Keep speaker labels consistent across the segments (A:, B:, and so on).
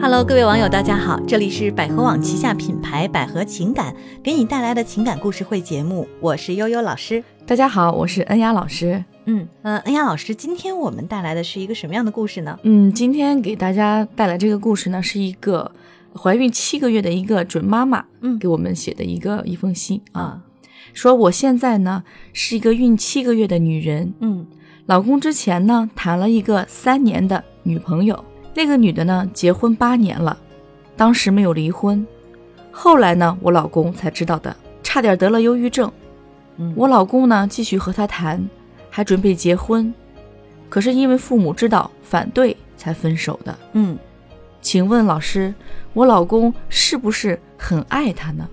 A: Hello，各位网友，大家好，这里是百合网旗下品牌百合情感给你带来的情感故事会节目，我是悠悠老师。
B: 大家好，我是恩雅老师。
A: 嗯嗯，恩雅老师，今天我们带来的是一个什么样的故事呢？
B: 嗯，今天给大家带来这个故事呢，是一个怀孕七个月的一个准妈妈，
A: 嗯
B: 给我们写的一个一封信啊，
A: 啊，
B: 说我现在呢是一个孕七个月的女人，
A: 嗯
B: 老公之前呢谈了一个三年的女朋友，那个女的呢结婚八年了，当时没有离婚，后来呢我老公才知道的，差点得了忧郁症，
A: 嗯，
B: 我老公呢继续和她谈，还准备结婚，可是因为父母知道反对才分手的。
A: 嗯
B: 请问老师，我老公是不是很爱她呢？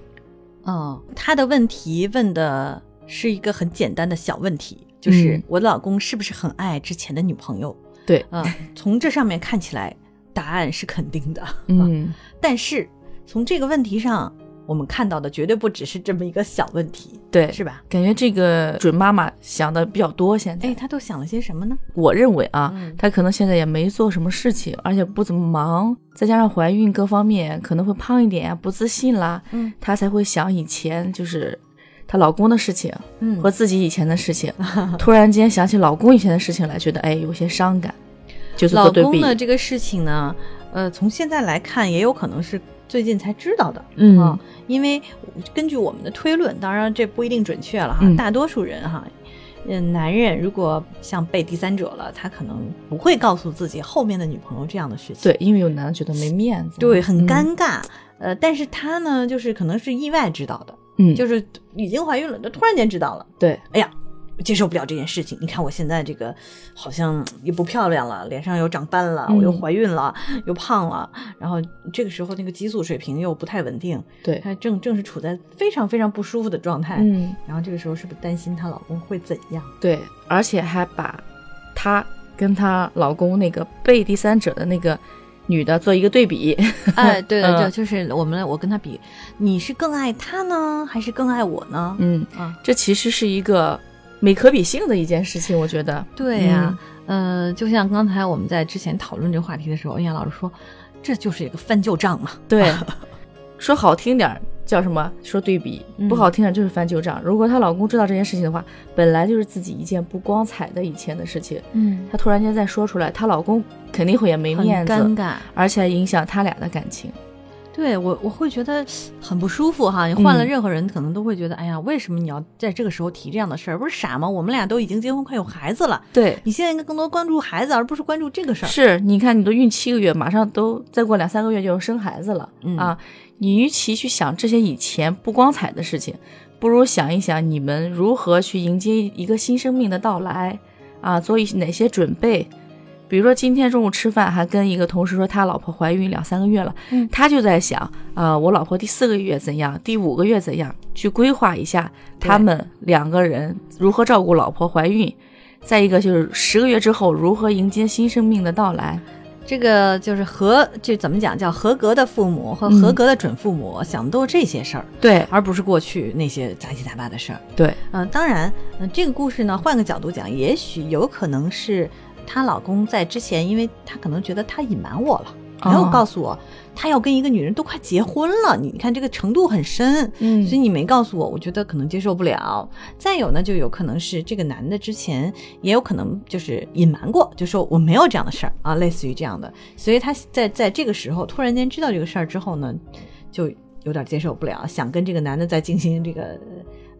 A: 哦，他的问题问的是一个很简单的小问题，就是
B: 嗯
A: 我老公是不是很爱之前的女朋友？
B: 对
A: 啊， 从这上面看起来，答案是肯定的。 啊，
B: 嗯
A: 但是从这个问题上，我们看到的绝对不只是这么一个小问题，
B: 对，
A: 是吧？
B: 感觉这个准妈妈想的比较多。现在，
A: 哎，他都想了些什么呢？
B: 我认为啊，
A: 嗯
B: 她可能现在也没做什么事情，而且不怎么忙，再加上怀孕各方面可能会胖一点呀、啊不自信啦，
A: 嗯
B: 她才会想以前就是她老公的事情。
A: 嗯
B: 和自己以前的 事情，突然间想起老公以前的事情来，觉得哎有些伤感，就是做
A: 老
B: 对比
A: 公。的这啊个事情呢，呃，从现在来看，也有可能是最近才知道的。
B: 嗯
A: 啊，因为根据我们的推论，当然这不一定准确了哈。
B: 嗯
A: 大多数人哈，嗯，男人如果像被第三者了，他可能不会告诉自己后面的女朋友这样的事情。
B: 对，因为有男的觉得没面子，
A: 对，很
B: 嗯，
A: 尴尬。呃，但是他呢，就是可能是意外知道的，
B: 嗯，
A: 就是已经怀孕了，他突然间知道了。
B: 对，
A: 哎呀，我接受不了这件事情。你看我现在这个好像嗯也不漂亮了，脸上又长斑了，
B: 嗯
A: 我又怀孕了，又胖了，然后这个时候那个激素水平又不太稳定，
B: 对，
A: 她正正是处在非常非常不舒服的状态。
B: 嗯，
A: 然后这个时候是不是担心她老公会怎样？
B: 对，而且还把她跟她老公那个被第三者的那个女的做一个对比，
A: 哎，对
B: 对对
A: 就是我们我跟他比，你是更爱他呢，还是更爱我呢？
B: 嗯，
A: 啊，
B: 这其实是一个没可比性的一件事情，我觉得，
A: 对呀、呃，就像刚才我们在之前讨论这个话题的时候，欧阳哎老师说，这就是一个翻旧账嘛。
B: 对， 说好听点儿叫什么？说对比，
A: 嗯
B: 不好听点儿就是翻旧账。如果她老公知道这件事情的话，本来就是自己一件不光彩的以前的事情，
A: 嗯，
B: 她突然间再说出来，她老公肯定会也没
A: 很
B: 面
A: 尴
B: 子，
A: 尬。
B: 而且影响他俩的感情。
A: 对我我会觉得很不舒服哈，你换了
B: 嗯
A: 任何人可能都会觉得，哎呀，为什么你要在这个时候提这样的事儿？不是傻吗？我们俩都已经结婚快有孩子了，
B: 对，
A: 你现在应该更多关注孩子，而不是关注这个事儿。
B: 是，你看你都孕七个月，马上都再过两三个月就要生孩子了、
A: 嗯
B: 啊！你与其去想这些以前不光彩的事情，不如想一想你们如何去迎接一个新生命的到来啊，做一哪些准备。比如说今天中午吃饭，还跟一个同事说他老婆怀孕两三个月了，
A: 嗯
B: 他就在想啊、我老婆第四个月怎样，第五个月怎样，去规划一下他
A: 对
B: 们两个人如何照顾老婆怀孕。再一个就是十个月之后如何迎接新生命的到来。
A: 这个就是合，这怎么讲叫合格的父母和
B: 嗯
A: 合格的准父母、想的都是这些事儿，
B: 对
A: 而不是过去那些杂七杂八的事儿。
B: 对，
A: 嗯、当然，嗯、这个故事呢，换个角度讲，也许有可能是她老公在之前，因为她可能觉得他隐瞒我了。没有告
B: 诉，
A: 诉我，他要跟一个女人都快结婚了，你看这个程度很深，
B: 嗯
A: 所以你没告诉我，我觉得可能接受不了。再有呢，就有可能是这个男的之前也有可能就是隐瞒过，就说我没有这样的事儿啊，类似于这样的，所以他在在这个时候突然间知道这个事儿之后呢，就有点接受不了，想跟这个男的再进行这个。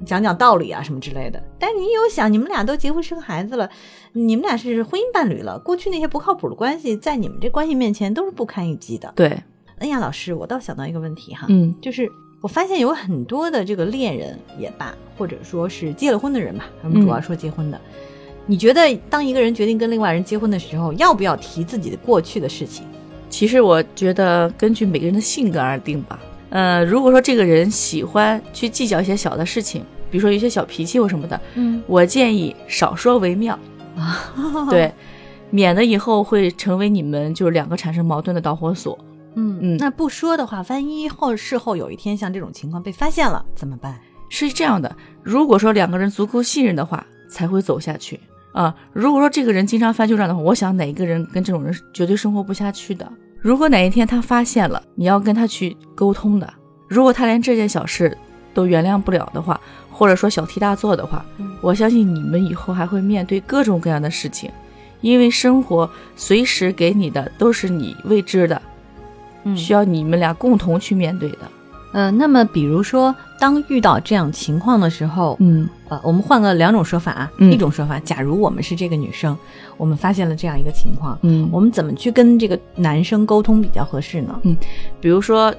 A: 讲讲道理啊，什么之类的。但是你有想，你们俩都结婚生孩子了，你们俩是婚姻伴侣了，过去那些不靠谱的关系，在你们这关系面前都是不堪一击的。
B: 对，
A: 恩雅老师，我倒想到一个问题哈，
B: 嗯
A: 就是我发现有很多的这个恋人也罢，或者说是结了婚的人吧，咱
B: 嗯
A: 们主要说结婚的。你觉得当一个人决定跟另外人结婚的时候，要不要提自己的过去的事情？
B: 嗯其实我觉得根据每个人的性格而定吧。呃，如果说这个人喜欢去计较一些小的事情，比如说有些小脾气或什么的，
A: 嗯，
B: 我建议少说为妙，对，免得以后会成为你们就是两个产生矛盾的导火索。
A: 嗯
B: 嗯
A: 那不说的话，万一后事后有一天像这种情况被发现了怎么办？
B: 是这样的，如果说两个人足够信任的话，才会走下去啊。如果说这个人经常翻旧账的话，我想哪一个人跟这种人是绝对生活不下去的。如果哪一天他发现了，你要跟他去沟通的。如果他连这件小事都原谅不了的话，或者说小题大做的话，
A: 嗯
B: 我相信你们以后还会面对各种各样的事情，因为生活随时给你的都是你未知的，
A: 嗯
B: 需要你们俩共同去面对的。
A: 呃，那么比如说，当遇到这样情况的时候，
B: 嗯
A: 呃，我们换个两种说法啊，
B: 嗯
A: 一种说法，假如我们是这个女生，我们发现了这样一个情况，
B: 嗯
A: 我们怎么去跟这个男生沟通比较合适呢？
B: 比如说，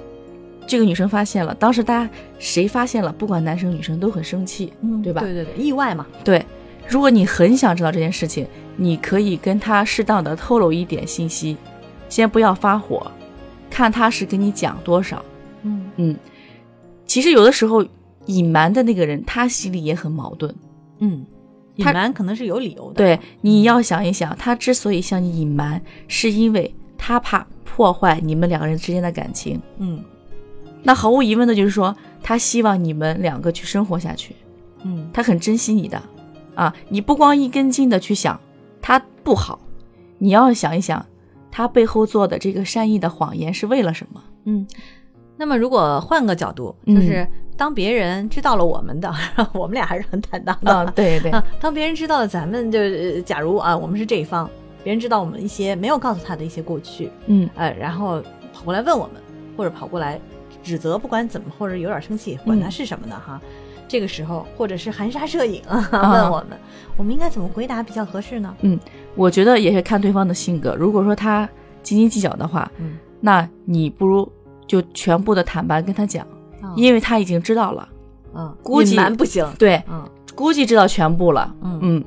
B: 这个女生发现了，当时大家谁发现了，不管男生女生都很生气，
A: 嗯
B: 对吧
A: 对对对，意外嘛，
B: 对，如果你很想知道这件事情，你可以跟他适当的透露一点信息，先不要发火，看他是跟你讲多少。
A: 嗯
B: 嗯，其实有的时候隐瞒的那个人，他心里也很矛盾。
A: 嗯，隐
B: 他
A: 瞒可能是有理由的，
B: 对，你要想一想，他之所以向你隐瞒，是因为他怕破坏你们两个人之间的感情。
A: 嗯
B: 那毫无疑问的就是说，他希望你们两个去生活下去。
A: 嗯
B: 他很珍惜你的，啊，你不光一根筋的去想他不好，你要想一想他背后做的这个善意的谎言是为了什么。
A: 嗯。那么如果换个角度，
B: 嗯
A: 就是当别人知道了我们的， 我们俩还是很坦荡的，
B: 对对
A: 啊，当别人知道了咱们就，呃假如啊，我们是这一方，别人知道我们一些没有告诉他的一些过去，
B: 嗯
A: 呃，然后跑过来问我们，或者跑过来指责，不管怎么，或者有点生气，管他
B: 嗯
A: 是什么呢哈。这个时候，或者是含沙射影、
B: 啊
A: 问我们，我们应该怎么回答比较合适呢？
B: 我觉得也是看对方的性格。如果说他斤斤计较的话，
A: 嗯，
B: 那你不如就全部的坦白跟他讲，
A: 啊
B: 因为他已经知道了，
A: 嗯，
B: 估
A: 隐
B: 计
A: 瞒不行，
B: 对，
A: 嗯
B: 估计知道全部了。
A: 嗯
B: 嗯，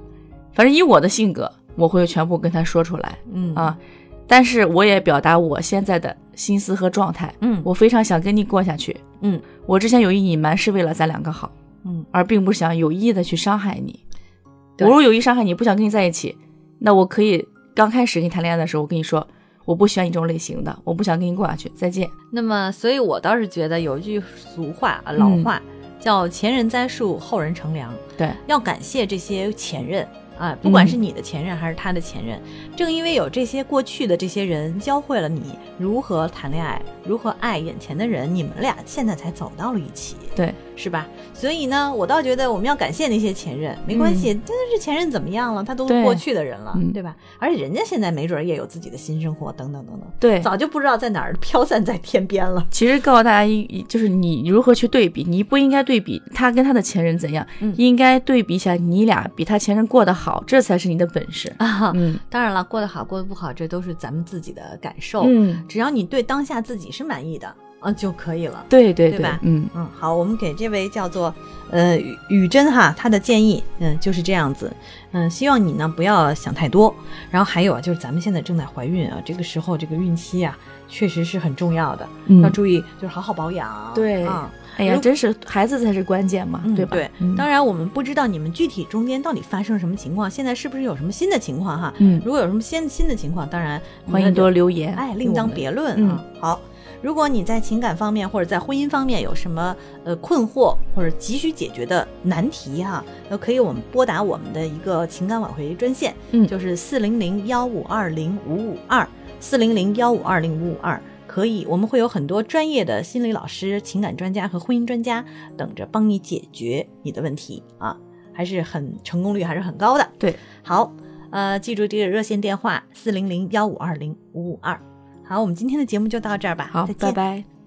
B: 反正以我的性格，我会全部跟他说出来
A: 嗯
B: 啊，，但是我也表达我现在的心思和状态。
A: 嗯
B: 我非常想跟你过下去。
A: 嗯
B: 我之前有意隐瞒是为了咱两个好，
A: 嗯
B: 而并不是想有意的去伤害你。我
A: 对
B: 如果有意伤害你，不想跟你在一起，那我可以刚开始跟你谈恋爱的时候，我跟你说，我不喜欢你这种类型的，我不想跟你过下去，再见。
A: 那么，所以我倒是觉得有一句俗话啊，老
B: 嗯
A: 话、叫“前人栽树，后人乘凉”。
B: 对，
A: 要感谢这些前任啊，不管
B: 嗯
A: 是你的前任还是他的前任，正因为有这些过去的这些人，教会了你如何谈恋爱，如何爱眼前的人，你们俩现在才走到了一起，
B: 对，
A: 是吧？所以呢，我倒觉得我们要感谢那些前任，没关系，但是前任怎么样了，他都是
B: 对
A: 过去的人了，
B: 嗯
A: 对吧？而且人家现在没准儿也有自己的新生活，等等等等。
B: 对。
A: 早就不知道在哪儿飘散在天边了。
B: 其实告诉大家一，一就是你如何去对比，你不应该对比他跟他的前任怎样，
A: 嗯
B: 应该对比一下你俩比他前任过得好，这才是你的本事。
A: 啊，
B: 嗯
A: 当然了，过得好过得不好，这都是咱们自己的感受。
B: 嗯，
A: 只要你对当下自己是满意的，啊就可以了。
B: 对对
A: 对吧
B: 嗯
A: 嗯，好，我们给这位叫做呃雨雨珍哈，她的建议，嗯，就是这样子，嗯，希望你呢不要想太多。然后还有啊，就是咱们现在正在怀孕啊，这个时候这个孕期啊，确实是很重要的，
B: 嗯
A: 要注意就是好好保养。
B: 对
A: 啊，
B: 哎呀，
A: 如
B: 真是孩子才是关键嘛，
A: 嗯
B: 对吧？
A: 对，
B: 嗯
A: 当然我们不知道你们具体中间到底发生什么情况，现在是不是有什么新的情况哈？
B: 嗯，
A: 如果有什么新新的情况，当然
B: 欢迎多留言，
A: 哎，另当别论啊。好，如果你在情感方面或者在婚姻方面有什么呃困惑或者急需解决的难题哈、呃，可以我们拨打我们的一个情感挽回专线，
B: 嗯
A: 就是四零零幺五二零五五二，四零零幺五二零五五二。可以，我们会有很多专业的心理老师、情感专家和婚姻专家等着帮你解决你的问题啊，还是很成功率还是很高的。
B: 对，
A: 好，呃，记住这个热线电话四零零幺五二零五五二。好，我们今天的节目就到这儿吧，
B: 好
A: 再，见
B: 拜拜。